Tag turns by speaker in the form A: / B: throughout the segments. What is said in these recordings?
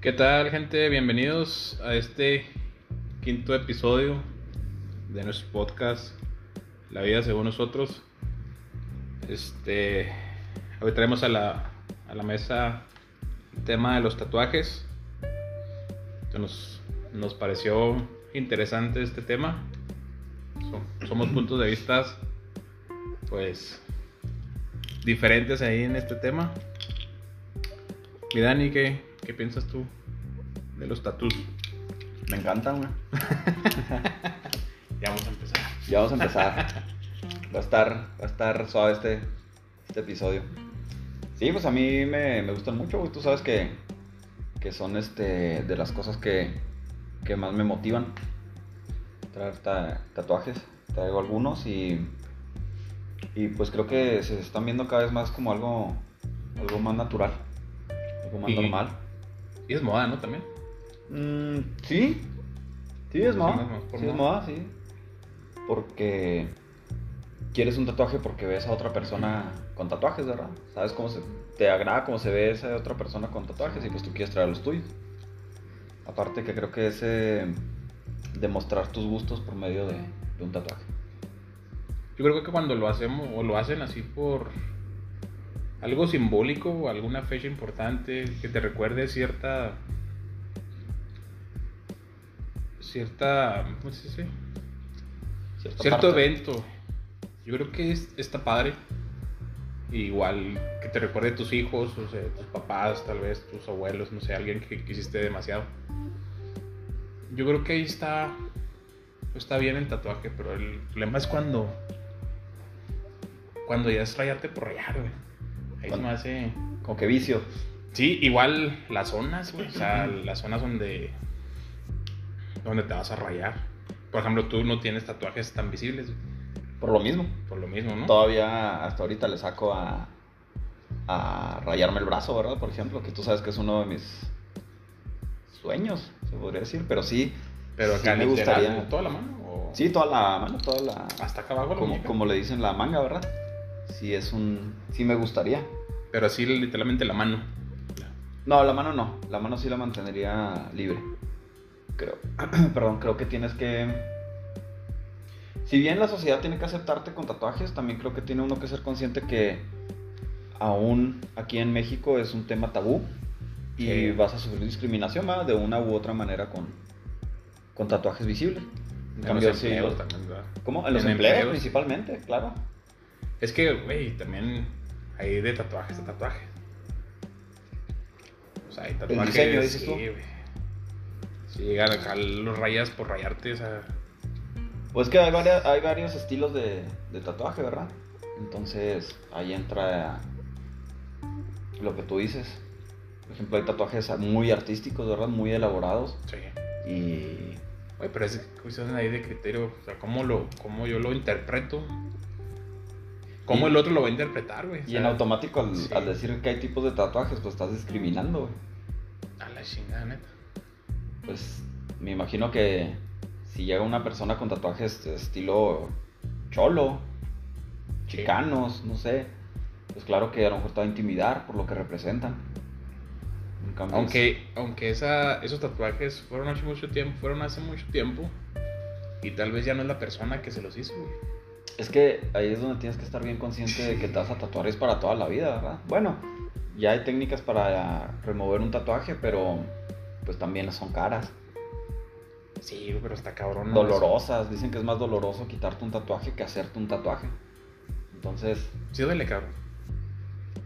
A: ¿Qué tal, gente? Bienvenidos a este quinto episodio de nuestro podcast La vida según nosotros. Este, hoy traemos a la, a la mesa el tema de los tatuajes. Entonces, Nos, nos pareció interesante este tema. So- somos puntos de vista, pues, diferentes ahí en este tema. Mi Dani, ¿qué, qué piensas tú de los tatus?
B: Me encantan, güey.
A: Ya vamos a empezar.
B: Ya vamos a empezar. Va a estar, va a estar suave este, este episodio. Sí, pues a mí me, me gustan mucho, güey. Tú sabes que, que son este, de las cosas que, que más me motivan. Traer ta- tatuajes. Traigo algunos y, y pues creo que se están viendo cada vez más como algo, algo más natural. Algo más
A: Y-
B: normal.
A: Y es moda, ¿no? También.
B: Mm, sí. Sí, es
A: Sí,
B: moda.
A: no, por
B: Sí, es
A: moda.
B: moda, sí. Porque quieres un tatuaje porque ves a otra persona con tatuajes, ¿verdad? Sabes cómo se te agrada cómo se ve esa otra persona con tatuajes y pues tú quieres traer los tuyos. Aparte que creo que es eh, demostrar tus gustos por medio de, de un tatuaje.
A: Yo creo que cuando lo hacemos o lo hacen así por algo simbólico o alguna fecha importante que te recuerde cierta cierta ¿cómo se dice?
B: Cierta
A: cierto
B: parte.
A: evento. Yo creo que es, está padre. Igual que te recuerde tus hijos, o sea, tus papás, tal vez tus abuelos, no sé, alguien que quisiste demasiado. Yo creo que ahí está está bien el tatuaje, pero el problema es cuando cuando ya es rayarte por rayar, güey. Ahí se me
B: Cuando-
A: hace
B: Como que vicio.
A: Sí, igual las zonas, güey. O sea, las zonas donde, donde te vas a rayar. Por ejemplo, tú no tienes tatuajes tan visibles, güey,
B: Por lo mismo.
A: por lo mismo, ¿no?
B: Todavía hasta ahorita le saco a, a rayarme el brazo, ¿verdad? Por ejemplo, que tú sabes que es uno de mis sueños, se podría decir, pero sí,
A: Pero acá
B: sí me
A: literal,
B: gustaría.
A: ¿Toda la mano? o
B: sí, toda la mano, toda la...
A: Hasta acá abajo Ah, la
B: Como,
A: muñeca?
B: como le dicen, la manga, ¿verdad? Sí, es un... Sí me gustaría.
A: Pero así literalmente la mano.
B: No, la mano no, la mano sí la mantendría libre. Creo, perdón, creo que tienes que... Si bien la sociedad tiene que aceptarte con tatuajes, también creo que tiene uno que ser consciente que aún aquí en México es un tema tabú y
A: Sí.
B: vas a sufrir discriminación ¿verdad? de una u otra manera con, con tatuajes visibles. En
A: En
B: cambio,
A: los
B: sí,
A: empleos
B: los-
A: también, ¿verdad?
B: ¿Cómo? En los
A: en
B: empleos,
A: empleos.
B: principalmente, claro.
A: Es que, güey, también hay de tatuajes a tatuajes. O sea, hay tatuajes.
B: diseño, dices
A: sí,
B: tú.
A: güey. Sí, llegan acá los rayas por rayarte, o sea.
B: Pues que hay, varia- hay varios estilos de, de tatuaje, ¿verdad? Entonces ahí entra lo que tú dices. Por ejemplo, hay tatuajes muy artísticos, ¿verdad? Muy elaborados.
A: Sí.
B: Y
A: Oye, pero es cuestión ahí de criterio, o sea, cómo, lo, cómo yo lo interpreto, cómo
B: Y-
A: el otro lo va a interpretar, güey. o
B: Y
A: sea,
B: en automático, al,
A: sí.
B: al decir que hay tipos de tatuajes, pues estás discriminando, güey.
A: A la chingada, neta.
B: Pues me imagino que si llega una persona con tatuajes de estilo cholo,
A: Sí.
B: chicanos, no sé, pues claro que a lo mejor te va a intimidar por lo que representan. En cambio,
A: Aunque, aunque esa, esos tatuajes fueron hace mucho tiempo, fueron hace mucho tiempo, y tal vez ya no es la persona que se los hizo, güey.
B: Es que ahí es donde tienes que estar bien consciente de que te vas a tatuar es para toda la vida, ¿verdad? Bueno, ya hay técnicas para remover un tatuaje, pero pues también son caras,
A: Sí, güey, pero está cabrón. ¿no?
B: dolorosas. Dicen que es más doloroso quitarte un tatuaje que hacerte un tatuaje. Entonces,
A: Sí duele, cabrón.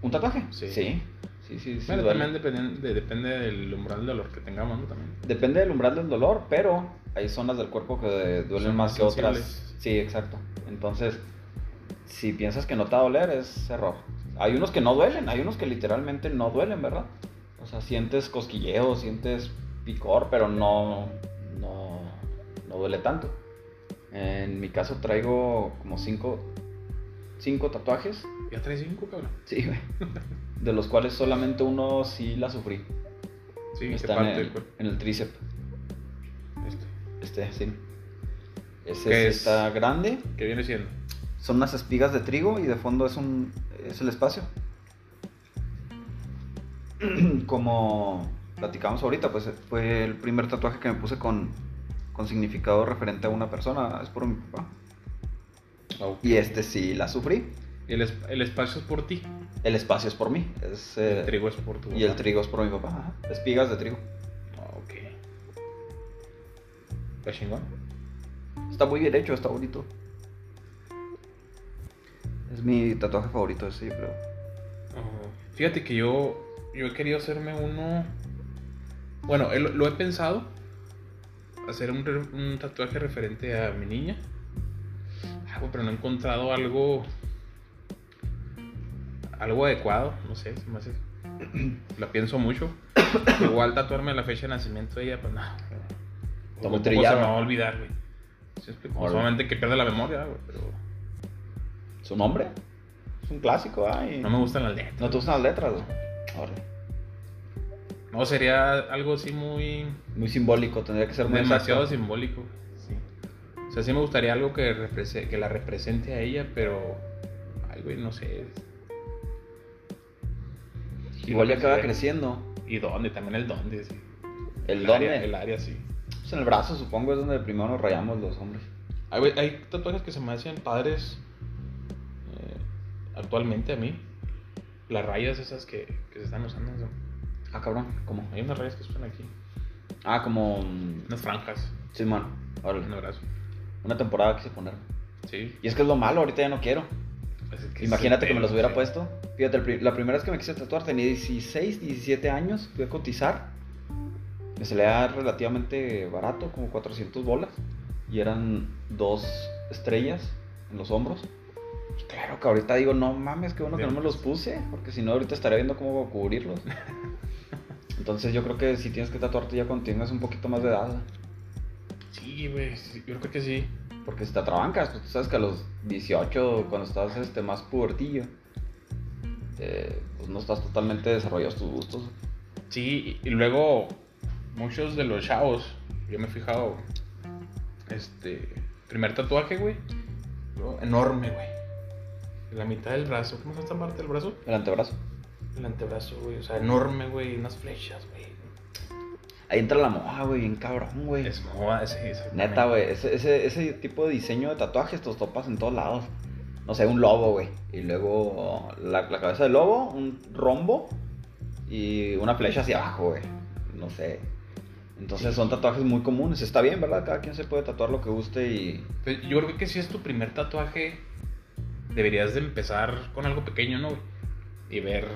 B: ¿un tatuaje?
A: Sí.
B: Sí, sí, sí. sí,
A: bueno,
B: duele.
A: también dependen- de- depende del umbral de dolor que tengamos, ¿no? También.
B: Depende del umbral del dolor, pero hay zonas del cuerpo que duelen
A: Son
B: más
A: más
B: que otras.
A: sensibles.
B: Sí, exacto. Entonces, si piensas que no te va a doler, es error. Hay unos que no duelen, hay unos que literalmente no duelen, ¿verdad? O sea, sientes cosquilleo, sientes picor, pero no, no, no duele tanto. En mi caso traigo como cinco, cinco tatuajes,
A: Ya trae cinco, cabrón.
B: sí, güey, de los cuales solamente uno sí la sufrí.
A: Sí, que
B: Está en
A: parte del
B: el,
A: cuerpo.
B: en el tríceps.
A: Este.
B: Este, sí. Ese
A: ¿Qué
B: sí
A: es?
B: está grande.
A: ¿Qué viene siendo?
B: Son unas espigas de trigo y de fondo es un es el espacio. Como platicamos ahorita, pues fue el primer tatuaje que me puse con, con significado referente a una persona, es por mi papá. Y este sí la sufrí.
A: El, es- el espacio es por ti.
B: El espacio es por mí. Es, eh,
A: El trigo es por tu.
B: Y el
A: boca.
B: trigo es por mi papá. Ajá, Espigas de trigo.
A: Ah, ok. Está chingón.
B: Está muy bien hecho, está bonito. Es mi tatuaje favorito, sí, pero.
A: Ajá. Fíjate que yo, yo he querido hacerme uno. Bueno, eh, lo, lo he pensado. Hacer un, re- un tatuaje referente a mi niña. Ah, güey, pero no he encontrado algo. Algo adecuado. No sé, se me hace. La pienso mucho. Igual tatuarme la fecha de nacimiento de ella, pues nada.
B: Está muy
A: Tampoco
B: trillado.
A: se me va a olvidar, güey. ¿Sí me explico?
B: Órale.
A: Solamente que pierde la memoria, güey. Pero
B: ¿Su nombre? Es un clásico, ay.
A: no me gustan las letras.
B: ¿No te gustan las letras, güey? Órale.
A: No, sería algo así muy.
B: Muy simbólico, tendría que ser muy
A: demasiado
B: exacto.
A: simbólico. Sí. O sea, sí me gustaría algo que, represe- que la represente a ella, pero. Ay, güey, no sé.
B: Igual ya que va
A: Sí.
B: creciendo.
A: ¿Y dónde? También el dónde, sí.
B: El
A: área-
B: dónde.
A: el área, sí.
B: Pues en el brazo, supongo, es donde primero nos rayamos los hombres.
A: Ay, güey, Hay, tatuajes que se me hacen padres eh, actualmente a mí. Las rayas esas que, que se están usando. son-
B: Ah, cabrón, ¿cómo?
A: Hay unas rayas que están aquí.
B: Ah, como. mm,
A: Unas franjas
B: Simón, órale.
A: en el brazo.
B: Una temporada quise poner.
A: Sí.
B: Y es que es lo malo, ahorita ya no quiero.
A: pues es es
B: Imagínate
A: el
B: que me los
A: tema,
B: hubiera
A: sí.
B: puesto. Fíjate, el pri- la primera vez que me quise tatuar tenía 16, 17 años. Fui a cotizar. Me salía relativamente barato, como 400 bolas. Y eran dos estrellas en los hombros. Y claro que ahorita digo, no mames, qué bueno que no me los puse. Porque si no, ahorita estaría viendo cómo cubrirlos. Entonces yo creo que si tienes que tatuarte ya cuando tengas un poquito más de edad. ¿no?
A: Sí, güey. sí, Yo creo que sí.
B: Porque si te atrabancas, pues tú sabes que a los 18, cuando estás este, más pubertillo, eh, pues no estás totalmente desarrollados tus gustos.
A: Sí, y luego muchos de los chavos, yo me he fijado, este, primer tatuaje, güey, luego enorme, güey. En La mitad del brazo, ¿cómo se llama esta parte del brazo?
B: El antebrazo.
A: El antebrazo, güey, o sea, enorme, güey, unas flechas, güey.
B: Ahí entra la moja, güey, bien cabrón, güey.
A: Es moda, sí, exactamente.
B: Neta, güey, ese, ese, ese tipo de diseño de tatuajes te los topas en todos lados. No sé, un lobo, güey. Y luego la, la cabeza del lobo, un rombo y una flecha hacia abajo, güey. No sé. Entonces son tatuajes muy comunes. Está bien, ¿verdad? Cada quien se puede tatuar lo que guste y...
A: Pues, yo creo que si es tu primer tatuaje, deberías de empezar con algo pequeño, ¿no? güey? Y ver,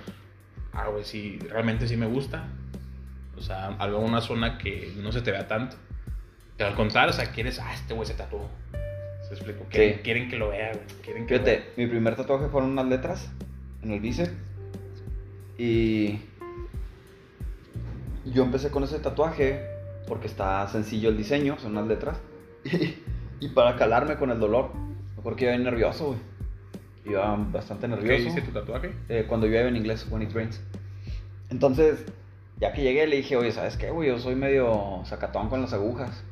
A: ah, güey, si realmente sí me gusta. O sea, algo en una zona que no se te vea tanto. Pero al contrario, o sea, quieres, ah, este güey se tatuó. ¿Se explico? Quieren,
B: Sí.
A: quieren que lo vea, güey. Quieren que lo
B: Fíjate, mi primer tatuaje fueron unas letras en el bíceps. Y yo empecé con ese tatuaje porque está sencillo el diseño, son unas letras. Y, y para calarme con el dolor. Porque iba bien nervioso, güey. Iba bastante
A: vea.
B: nervioso
A: ¿Qué dice tu tatuaje?
B: eh, cuando llueve en inglés, when it rains. Entonces, ya que llegué, le dije, oye, ¿sabes qué, güey? Yo soy medio sacatón con las agujas.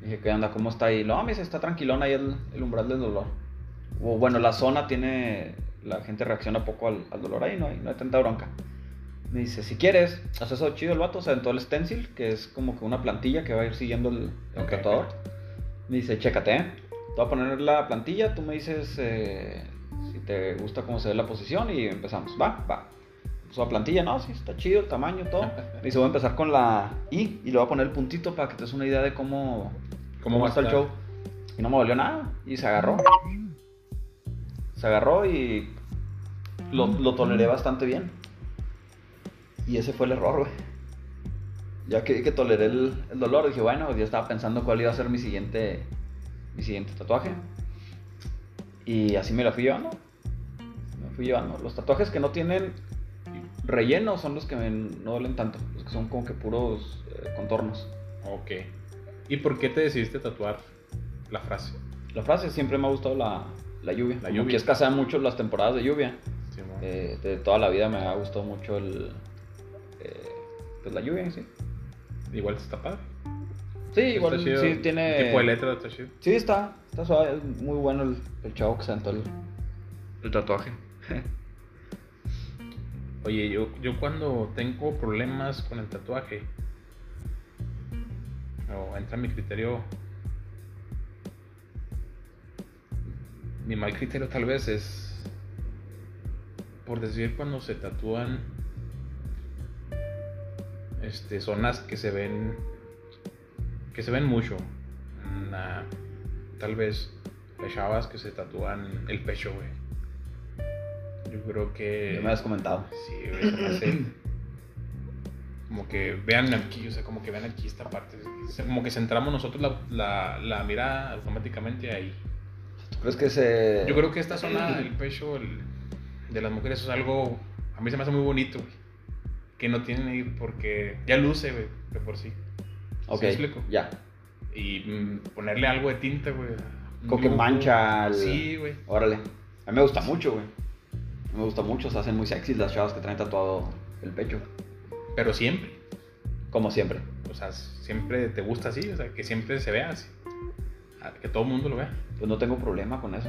B: Le dije, ¿qué onda? ¿Cómo está ahí? No, me dice, está tranquilón ahí el, el umbral del dolor. O, bueno, la zona tiene. La gente reacciona poco al, al dolor ahí, no hay, no hay tanta bronca. Me dice, si quieres, haces eso chido el vato, se aventó el stencil, que es como que una plantilla que va a ir siguiendo el, el
A: Ok,
B: tatuador. Me dice, chécate, ¿eh? Te voy a poner la plantilla, tú me dices eh, si te gusta cómo se ve la posición y empezamos. Va, va. Puso la plantilla, no, sí, está chido el tamaño, todo. Me dice, voy a empezar con la I y le voy a poner el puntito para que te des una idea de cómo, cómo va a estar el show. Y no me dolió nada y se agarró. Se agarró y lo, lo toleré bastante bien. Y ese fue el error, güey. Ya que, que toleré el, el dolor, dije, bueno, yo estaba pensando cuál iba a ser mi siguiente, mi siguiente tatuaje. Y así me la fui llevando. Me fui llevando. Los tatuajes que no tienen relleno son los que me- no duelen tanto. Los que son como que puros eh, contornos.
A: Ok. ¿Y por qué te decidiste tatuar la frase?
B: La frase siempre me ha gustado la, la lluvia.
A: La
B: Como
A: lluvia.
B: que escasean mucho las temporadas de lluvia.
A: Sí, mo.
B: Eh, de toda la vida me ha gustado mucho el, eh, pues la lluvia, sí.
A: Igual está padre. Está
B: Sí, igual
A: chido.
B: sí tiene...
A: El tipo de letra está chido.
B: Sí, está, está suave, es muy bueno el, el chavo que se aventó el, el tatuaje.
A: Oye, yo, yo cuando tengo problemas con el tatuaje, o entra mi criterio, mi mal criterio tal vez es, por decir, cuando se tatúan este, zonas que se ven, que se ven mucho. Nah, tal vez las chavas que se tatúan el pecho, güey. Yo creo que...
B: Ya me has comentado.
A: Sí, güey, se me hace- Como que vean aquí, o sea, como que vean aquí esta parte. O sea, Como que centramos nosotros la, la, la mirada automáticamente ahí.
B: ¿Tú crees que se.?
A: Yo creo que esta zona del pecho el- de las mujeres es algo. A mí se me hace muy bonito, güey. Que no tiene ahí porque ya luce, güey, de por sí.
B: Ok,
A: ¿Sí me explico?
B: ya.
A: Y mm, ponerle algo de tinta, güey. un
B: Como que
A: dibujo.
B: mancha al-
A: Sí, güey.
B: Órale. A mí me gusta mucho, güey. Me gusta mucho. Se hacen muy sexys las chavas que traen tatuado el pecho.
A: Pero siempre.
B: Como siempre.
A: O sea, siempre te gusta así, o sea, que siempre se vea así. A- Que todo el mundo lo vea.
B: Pues no tengo problema con eso.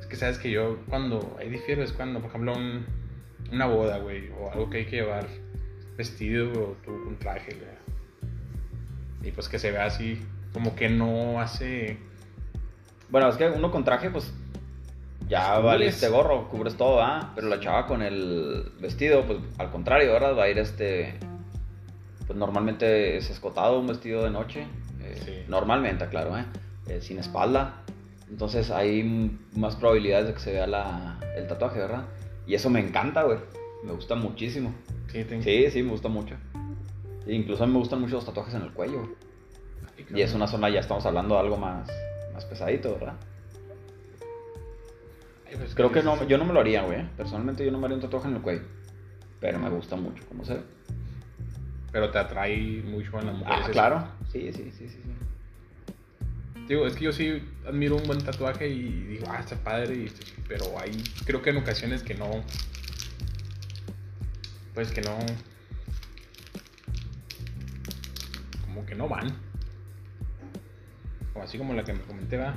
A: Es que sabes que yo cuando ahí difiero es cuando, por ejemplo, un- una boda, güey, o algo que hay que llevar vestido o tú un traje, güey. Y pues que se vea así, como que no hace...
B: Bueno, es que uno con traje, pues.
A: Pues,
B: Ya
A: Cubres.
B: vale este gorro, cubres todo, ¿ah? Pero la chava con el vestido, pues al contrario, ahora va a ir este. Pues normalmente es escotado un vestido de noche. eh,
A: Sí.
B: Normalmente, claro, ¿eh? Eh, Sin espalda. Entonces hay m- más probabilidades de que se vea la- el tatuaje, ¿verdad? Y eso me encanta, güey. Me gusta muchísimo.
A: Sí, te-
B: Sí, sí, me gusta mucho. E incluso a mí me gustan mucho los tatuajes en el cuello. güey. Y es una zona, ya estamos hablando de algo más, más pesadito, ¿verdad?
A: Ay, pues,
B: Creo que
A: dices,
B: no, yo no me lo haría, güey. ¿eh? Personalmente yo no me haría un tatuaje en el cuello. Pero me gusta mucho, como se ve.
A: Pero te atrae mucho a las mujeres.
B: Ah,
A: eso.
B: claro. Sí, sí, sí, sí. sí.
A: Digo, es que yo sí admiro un buen tatuaje y digo, ah, está padre, y- pero ahí creo que en ocasiones que no... Pues que no... Como que no van. O así como la que me comenté, va.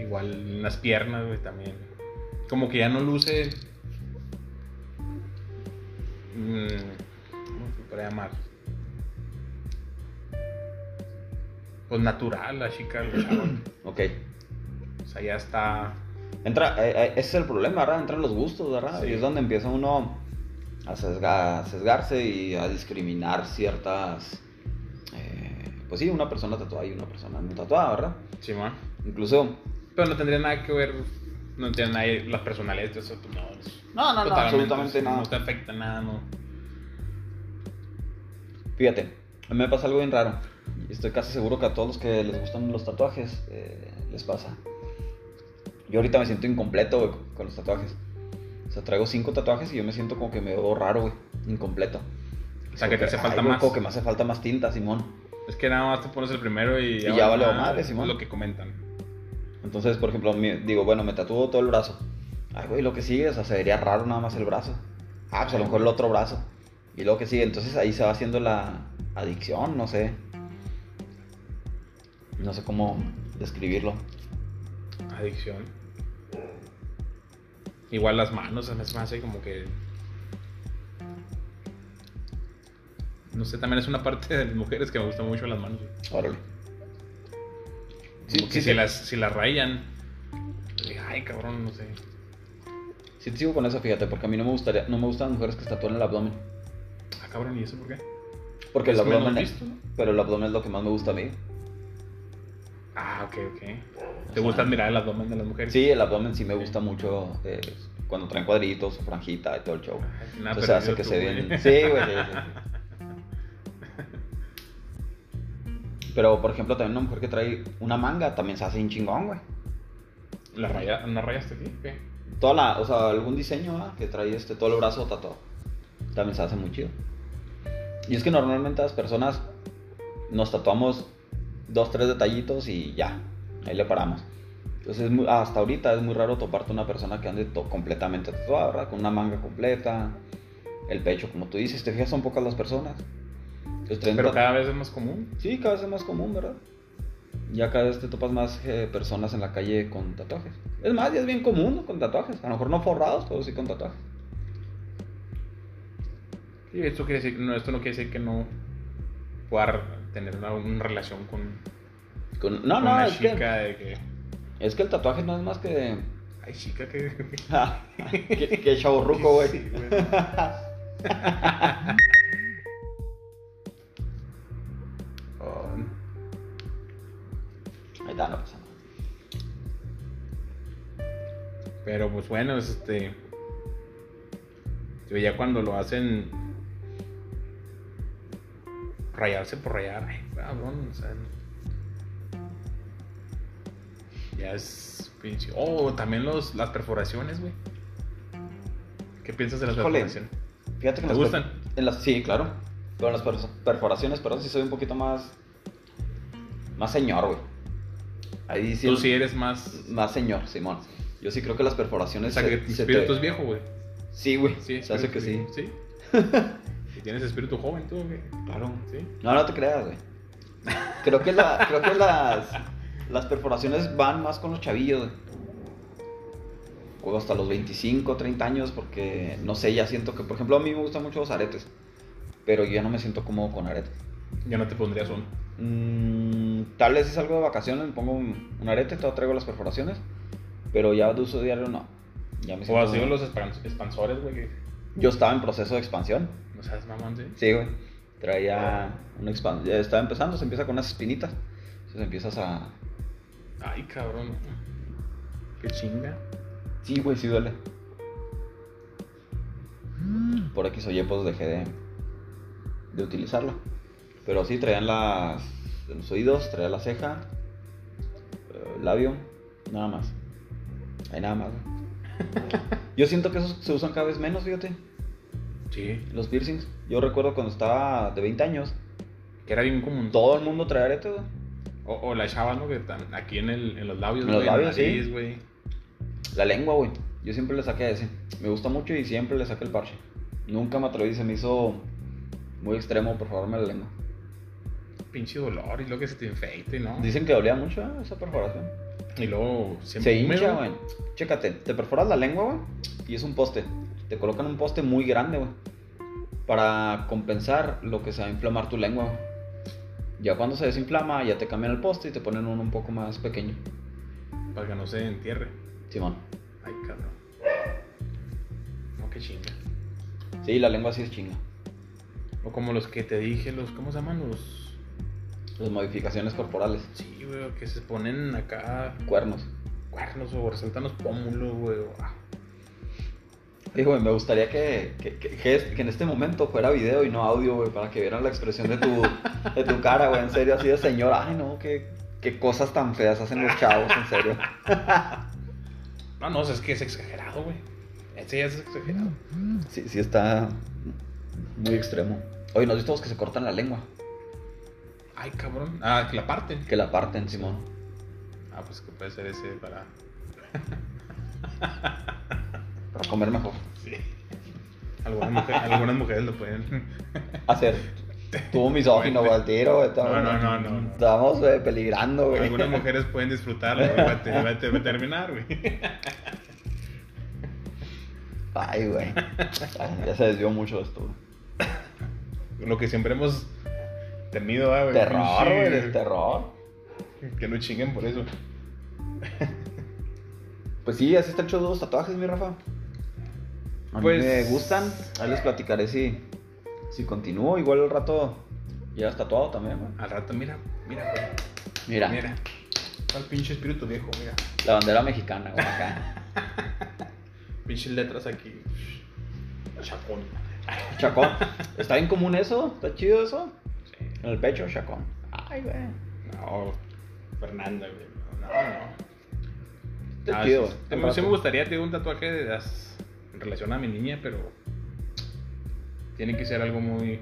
A: Igual en las piernas, güey, también. Como que ya no luce... mm, ¿Cómo se podría llamar? Pues natural la chica, la chava.
B: Ok.
A: O sea, ya está.
B: Entra, eh, eh, ese es el problema, ¿verdad? Entran los gustos, ¿verdad?
A: Sí.
B: Y es donde empieza uno a, sesga- a sesgarse y a discriminar ciertas... eh, pues sí, una persona tatuada y una persona no tatuada, ¿verdad?
A: Simón.
B: Incluso...
A: Pero no tendría nada que ver. No tiene nada las personalidades de eso. pues, No, es
B: No, no, no,
A: totalmente,
B: absolutamente
A: no,
B: nada.
A: No te afecta nada, no.
B: Fíjate, a mí me pasa algo bien raro. y Estoy casi seguro que a todos los que les gustan los tatuajes eh, les pasa. Yo ahorita me siento incompleto güey, con- con los tatuajes. O sea, traigo cinco tatuajes y yo me siento como que me veo raro, güey. Incompleto.
A: O sea, que te hace
B: Ay,
A: falta
B: güey,
A: más.
B: Como que me hace falta más tinta, Simón.
A: Es que nada más te pones el primero y
B: Y ya vale
A: madre,
B: madre,
A: es
B: Simón.
A: lo que comentan.
B: Entonces, por ejemplo, me- digo, bueno, me tatúo todo el brazo. Ay, güey, lo que sigue, o sea, se vería raro nada más el brazo. Ah, pues a lo mejor el otro brazo. Y lo que sigue, entonces ahí se va haciendo la adicción, no sé. No sé cómo describirlo.
A: Adicción. Igual las manos, a mí se me hace como que. No sé, también es una parte de las mujeres que me gustan mucho las manos.
B: Órale. Sí,
A: Como que
B: sí,
A: si,
B: sí.
A: Las, si las rayan. Ay, cabrón, no sé.
B: Sí, te sigo con eso, fíjate, porque a mí no me gustaría, no me gustan las mujeres que se tatúan el abdomen.
A: Ah, cabrón, ¿y eso por qué?
B: Porque el
A: ¿Es menos
B: abdomen es-
A: visto?
B: pero el abdomen es lo que más me gusta a mí.
A: Ah, ok, ok. ¿Te gusta admirar el abdomen de las mujeres?
B: Sí, el abdomen sí me gusta mucho eh, cuando traen cuadritos, su franjita y todo el show.
A: Ay, nada
B: Entonces
A: perdido
B: hace que
A: tú,
B: se
A: güey.
B: vean. Sí, güey. sí, sí, sí. Pero, por ejemplo, también una mujer que trae una manga también se hace un chingón, güey.
A: ¿La raya, ¿No rayaste aquí? ¿Qué?
B: Toda la, o sea, algún diseño ¿ah? que trae este, todo el brazo tatuado. También se hace muy chido. Y es que normalmente las personas nos tatuamos dos, tres detallitos y ya. Ahí le paramos. Entonces, es muy- hasta ahorita es muy raro toparte una persona que ande to- completamente tatuada, ¿verdad? Con una manga completa, el pecho, como tú dices. Te fijas, son pocas las personas. Entonces, traen
A: Pero
B: tatu-
A: cada vez es más común.
B: Sí, cada vez es más común, ¿verdad? Ya cada vez te topas más eh, personas en la calle con tatuajes. Es más, ya es bien común ¿no? con tatuajes. A lo mejor no forrados, pero sí con tatuajes.
A: Sí, esto, quiere decir, no, esto no quiere decir que no pueda re- tener una, una relación con,
B: Con-
A: con
B: no, no,
A: una
B: es
A: chica
B: que,
A: de que...
B: es que el tatuaje no es más que. ah,
A: Ay, chica, que...
B: que, que chavorruco, güey.
A: Sí, güey. Oh,
B: Ahí está, no pasa nada.
A: Pero pues bueno, es este... yo Ya cuando lo hacen... Rayarse por rayar. ay, cabrón, o sea... Ya es pinche... Oh, también los, las perforaciones, güey. ¿Qué piensas de las
B: Híjole.
A: perforaciones?
B: Fíjate que
A: ¿Te
B: en las per-
A: gustan?
B: en las- sí, claro. Pero en las per- perforaciones, perdón, sí soy un poquito más. Más señor, güey. Ahí sí.
A: Tú sí eres más...
B: Más señor, Simón. Yo sí creo que las
A: O
B: perforaciones.
A: sea, que
B: se-
A: tu
B: se
A: espíritu
B: te-
A: es viejo, güey.
B: Sí, güey.
A: Sí,
B: se hace que sí.
A: espíritu- Sí. Y tienes espíritu joven, tú, güey.
B: Claro.
A: Sí.
B: No, no te creas, güey. Creo que, la, creo que las, las perforaciones van más con los chavillos, güey. O hasta los 25, 30 años, porque no sé, ya siento que, por ejemplo, a mí me gustan mucho los aretes, pero yo ya no me siento cómodo con aretes.
A: Ya no te pondrías uno.
B: Mm, tal vez si salgo de vacaciones, me pongo un, un arete, todo traigo las perforaciones, pero ya de uso diario no. Ya me
A: O
B: siento-
A: así o los expan- expansores, güey. que-
B: Yo estaba en proceso de expansión,
A: No sabes, mamón, sí.
B: Sí, güey. Traía un expand... ya Estaba empezando, se empieza con unas espinitas. Entonces empiezas a...
A: Ay, cabrón. Qué chinga.
B: Sí, güey, sí duele. Por X o Y, pues dejé de... De utilizarla. Pero sí, traían las... En los oídos, traía la ceja. eh, labio. Nada más. Hay nada más, güey. Yo siento que esos se usan cada vez menos, fíjate.
A: Sí.
B: Los piercings. Yo recuerdo cuando estaba de 20 años.
A: Que era bien común.
B: Todo el mundo traía aretes, güey.
A: O, o la chava, ¿no? Que tan, aquí en, el, en los labios,
B: En los
A: güey, la
B: labios, sí.
A: nariz, güey.
B: La lengua, güey. Yo siempre le saqué ese. Me gusta mucho y siempre le saqué el parche. Nunca me atreví, se me hizo muy extremo perforarme la lengua.
A: Pinche dolor y luego que se te infecte, ¿no?
B: Dicen que dolía mucho ¿eh? esa perforación.
A: Y luego
B: Se
A: siempre
B: hincha,
A: húmedo.
B: güey. Chécate, te perforas la lengua, güey, y es un poste. Te colocan un poste muy grande, güey, para compensar lo que se va a inflamar tu lengua, güey. Ya cuando se desinflama, ya te cambian el poste y te ponen uno un poco más pequeño.
A: Para que no se entierre.
B: Simón.
A: Ay, cabrón. No, qué chinga.
B: Sí, la lengua sí es chinga.
A: O como los que te dije, los. ¿Cómo se llaman? Los.
B: Las modificaciones corporales,
A: Sí, güey, que se ponen acá
B: cuernos.
A: cuernos o resaltan los pómulos, güey. o- ah.
B: Sí, güey, me gustaría que, que, que- que es- que en este momento fuera video y no audio, güey, para que vieran la expresión de tu, de tu cara, güey, en serio, así de señor, ay, no, qué, qué cosas tan feas hacen los chavos, en serio.
A: No, no, o sea, es que es exagerado, güey. Este ya es exagerado.
B: Sí, sí está muy extremo. Oye, ¿no has visto los que se cortan la lengua?
A: Ay, cabrón. Ah, que la parten.
B: Que la parten, Simón.
A: Ah, pues que puede ser ese para.
B: Para comer mejor.
A: Sí. Algunas mujeres, algunas mujeres lo pueden.
B: Hacer. Tuvo misógino, güey, al tiro, güey.
A: No, no, no, no, no.
B: Estamos, güey, peligrando, güey.
A: Algunas mujeres pueden disfrutarlo, güey. Va a te- va a te- va a terminar, güey.
B: Ay, güey. Ay, Ya se desvió mucho esto, güey.
A: Lo que siempre hemos temido, ah, güey.
B: Terror,
A: Sí,
B: güey, es terror.
A: Que no chinguen por eso.
B: Pues sí, así están hechos los tatuajes, mi Rafa. A mí
A: Pues-
B: me gustan. Ahí les platicaré si, si continúo. Igual al rato llegas tatuado también, güey.
A: Al rato, mira, mira, güey.
B: Mira,
A: Mira. Al pinche espíritu viejo, mira.
B: la bandera mexicana, güey, acá.
A: Pinches letras aquí. Chacón.
B: Chacón. ¿Está bien común eso? ¿Está chido eso?
A: Sí.
B: En el pecho, chacón. Ay, güey.
A: No, Fernanda, güey. No, no.
B: Está
A: Ah,
B: chido.
A: sí, sí,
B: al
A: me- sí me
B: rato.
A: gustaría tener un tatuaje de las- en relación a mi niña, pero tiene que ser algo muy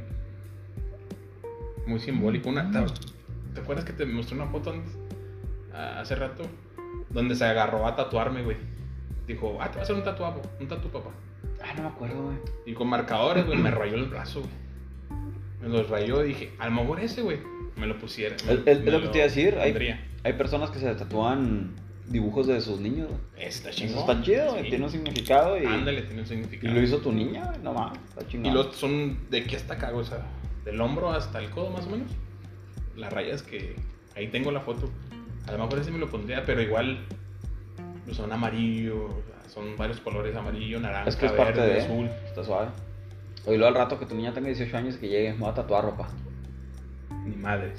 A: muy simbólico. Una, ¿te, te acuerdas que te mostré una foto antes, a- hace rato? Donde se agarró a tatuarme, güey. Dijo, ah, te va a hacer un tatuapo, un tatu, papá.
B: Ah, no me acuerdo, güey.
A: Y con marcadores, güey, me rayó el brazo, güey. Me los rayó y dije, a lo mejor ese, güey, me lo pusiera. me-
B: Es- es- es
A: me
B: lo que te iba a decir, hay-
A: pondría".
B: Hay personas que se tatúan dibujos de sus niños, güey.
A: Está
B: Eso
A: chingón.
B: está chido, güey,
A: Sí.
B: tiene un significado y,
A: Ándale, tiene un
B: y
A: significado.
B: lo hizo tu niña, güey, no mames, está
A: Y
B: chingón.
A: los son de aquí hasta acá, o sea, del hombro hasta el codo más o menos. Las rayas que ahí tengo la foto. A lo mejor ese me lo pondría, pero igual pues, son amarillo, o sea, son varios colores, amarillo, naranja,
B: Es que es
A: verde,
B: parte de-
A: azul.
B: Está suave. Oye, luego al rato que tu niña tenga 18 años y que llegue, me va a tatuar ropa.
A: Ni madres.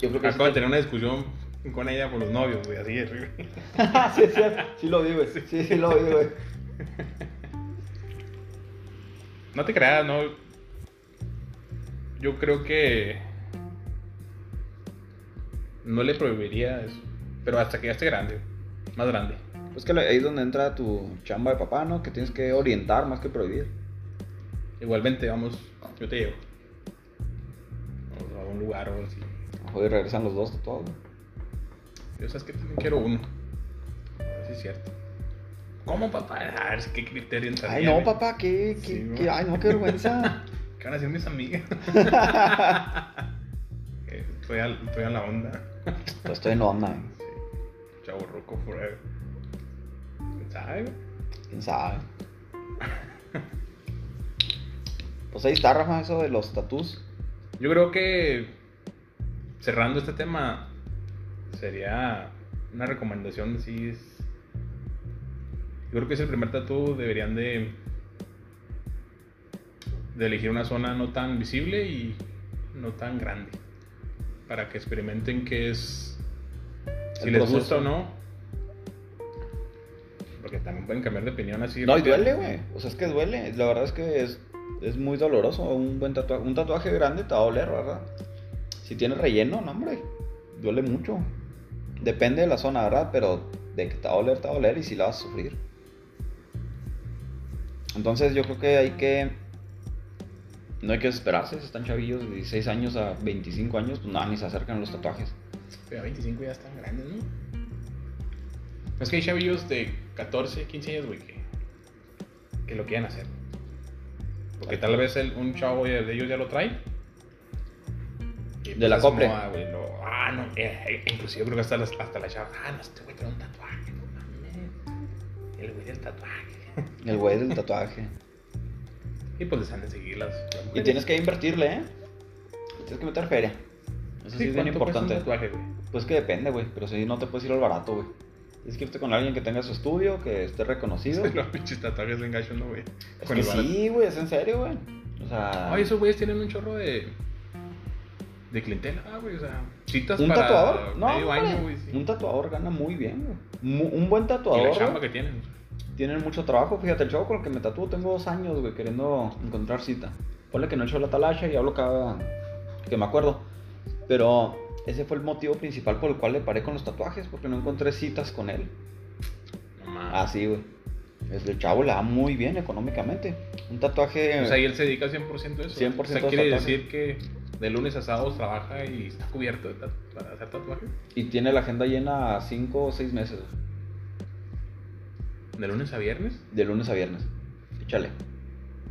B: Yo creo que sí,
A: Acabo de tener una discusión con ella por los novios, güey, así es.
B: Ah, sí, sí, sí lo vi, güey. Sí, sí lo vi, güey.
A: No te creas, no. Yo creo que. No le prohibiría eso. Pero hasta que ya esté grande. Más grande.
B: Pues que ahí es donde entra tu chamba de papá, ¿no? Que tienes que orientar más que prohibir.
A: Igualmente, vamos. Yo te llevo. O a un lugar o así.
B: Joder, regresan los dos tatuados, güey.
A: Yo sabes que también quiero uno. Sí, es cierto. ¿Cómo, papá? A ver, ¿qué criterio entraría,
B: Ay, no,
A: güey?
B: papá, qué,
A: Sí,
B: qué,
A: güey.
B: qué- ay, no, qué vergüenza.
A: ¿Qué van a hacer mis amigas? Eh, estoy, al- estoy a la onda.
B: Pues estoy en onda, güey.
A: Chavo Roco Forever. ¿Quién sabe, güey?
B: quién sabe. Pues ahí está, Rafa, eso de los tatús.
A: Yo creo que cerrando este tema sería una recomendación de si es... Yo creo que es el primer tatu, deberían de de elegir una zona no tan visible y no tan grande para que experimenten qué es si
B: El
A: les
B: proceso.
A: gusta o no. Porque también pueden cambiar de opinión así.
B: No, y
A: rápido.
B: duele, güey. O sea, es que duele. La verdad es que es, es muy doloroso. Un buen tatuaje, un tatuaje grande te va a doler, ¿verdad? Si tiene relleno, no, hombre. Duele mucho. Depende de la zona, ¿verdad? Pero de que te va a doler, te va a doler y si la vas a sufrir. Entonces yo creo que hay que... No hay que esperarse, si están chavillos de 16 años a 25 años, pues nada, ni se acercan los tatuajes.
A: Pero a 25 ya están grandes, ¿no? Es que hay chavillos de 14, 15 años, güey, que, que lo quieren hacer. Porque tal vez el- un chavo ya- de ellos ya lo trae. Y, pues,
B: la
A: es
B: compre.
A: como, Ah, güey, no, ah, no, eh, eh, inclusive creo que hasta, las- hasta la chava, ah, no, este güey trae un tatuaje, no mames. El güey del tatuaje.
B: El güey del tatuaje.
A: Y pues les han de seguir las. las
B: y
A: mujeres.
B: tienes que invertirle, ¿eh? Tienes que meter feria. Eso sí, es bien
A: ¿cuánto cuesta un
B: importante.
A: tatuaje, güey?
B: Pues que depende, güey. Pero si no te puedes ir al barato, güey. Tienes que irte con alguien que tenga su estudio, que esté reconocido.
A: Los pinches tatuajes de engacho, no, güey.
B: es
A: Con
B: que
A: el barato.
B: sí, güey, es en serio, güey. O sea,
A: Oye, esos güeyes tienen un chorro de. de clientela, ah, güey. O sea, citas
B: un
A: para
B: tatuador, no,
A: medio
B: hombre,
A: año, güey. sí.
B: un tatuador gana muy bien, güey. Mu- Un buen
A: Y
B: tatuador.
A: la chamba
B: güey,
A: que tienen.
B: Tienen mucho trabajo. Fíjate, el chavo con el que me tatúo tengo dos años, güey, queriendo encontrar cita. Ponle que no he hecho la talacha y hablo cada que me acuerdo. Pero ese fue el motivo principal por el cual le paré con los tatuajes, porque no encontré citas con él.
A: No mames.
B: Ah, sí, güey. Es El chavo le va muy bien económicamente. Un tatuaje.
A: o sea, y él se dedica 100% a eso.
B: 100%
A: o sea, quiere
B: tatuaje.
A: decir que de lunes a sábados trabaja y está cubierto de tat- para hacer tatuaje.
B: Y tiene la agenda llena 5 o 6 meses, güey,
A: De lunes a viernes.
B: de lunes a viernes. Échale.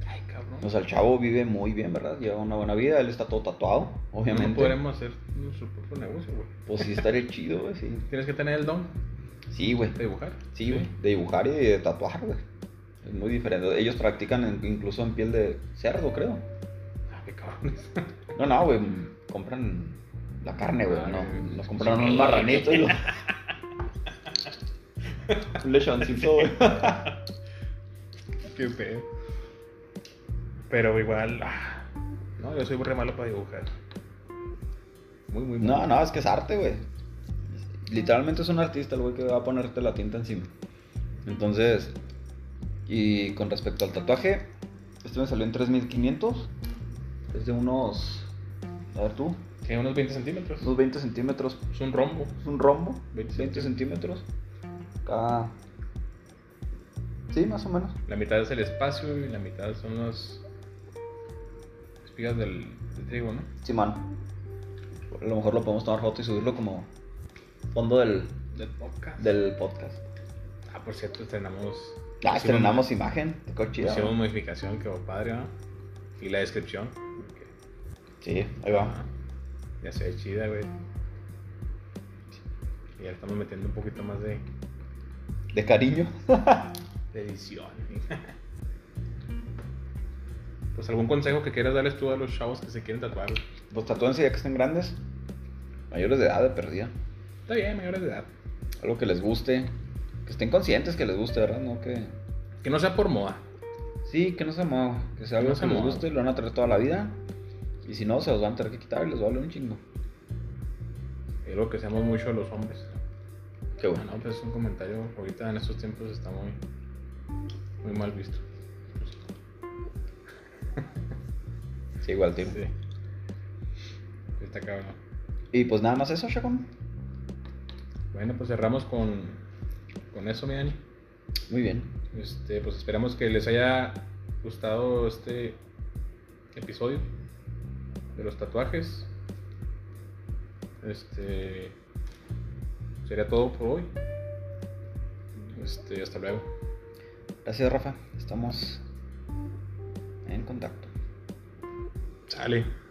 A: Ay, cabrón.
B: O sea, el chavo vive muy bien, ¿verdad? Lleva una buena vida, él está todo tatuado, obviamente.
A: No podremos hacer nuestro propio negocio, güey.
B: Pues sí, estaría chido, güey, sí.
A: Tienes que tener el don
B: Sí, güey.
A: de dibujar.
B: Sí, güey. De dibujar y de tatuar, güey. Es muy diferente. Ellos practican en- incluso en piel de cerdo, creo.
A: Ah, qué cabrones.
B: No, no, güey. Compran la carne, güey.
A: Ah,
B: No,
A: güey.
B: nos compraron un marranito y lo. un lechoncito, güey.
A: Qué pedo. Pero igual. ah, no, yo soy re malo para dibujar. Muy, muy malo.
B: No, no, es que es arte, güey. Literalmente es un artista el güey que va a ponerte la tinta encima. Entonces, y con respecto al tatuaje, este me salió en 3500. Es de unos, a ver tú,
A: Tiene unos 20 centímetros.
B: unos 20 centímetros.
A: Es un rombo.
B: Es un rombo,
A: 20
B: 20, centímetros. Cada. Sí, más o menos.
A: La mitad es el espacio y la mitad son las espigas del, del trigo, ¿no?
B: Simón. A lo mejor lo podemos tomar foto y subirlo como fondo del,
A: Del podcast.
B: del podcast.
A: Ah, por cierto, estrenamos.
B: Ah,
A: pusimos-
B: estrenamos imagen. Qué chido,
A: Pusimos
B: ¿no?
A: modificación, quedó padre, ¿no? Y la descripción. que-
B: Sí, ahí va.
A: ah, ya se ve chida, güey. ya estamos metiendo un poquito más de,
B: De cariño.
A: de edición. Pues algún consejo que quieras darles tú a los chavos que se quieren tatuar. güey?
B: Los tatúense ya que estén grandes. Mayores de edad de perdida.
A: Está bien, mayores de edad.
B: Algo que les guste. Que estén conscientes que les guste, ¿verdad? No que.
A: Que no sea por moda.
B: Sí, que no se mueva. Que sea algo
A: No se
B: que les
A: mueva.
B: guste, lo van a traer toda la vida. Y si no, se los van a tener que quitar y les vale un chingo.
A: Es lo que seamos mucho los hombres.
B: Qué
A: Ah, no, pues es un comentario. Ahorita en estos tiempos está muy, muy mal visto.
B: Sí, igual, tío.
A: Sí. Está cabrón.
B: Y pues nada más eso, Chacón.
A: Bueno, pues cerramos con, con eso, mi Dani.
B: Muy bien.
A: Este, pues esperamos que les haya gustado este episodio de los tatuajes. Este sería todo por hoy. Este, hasta luego.
B: Gracias, Rafa. Estamos en contacto.
A: Sale.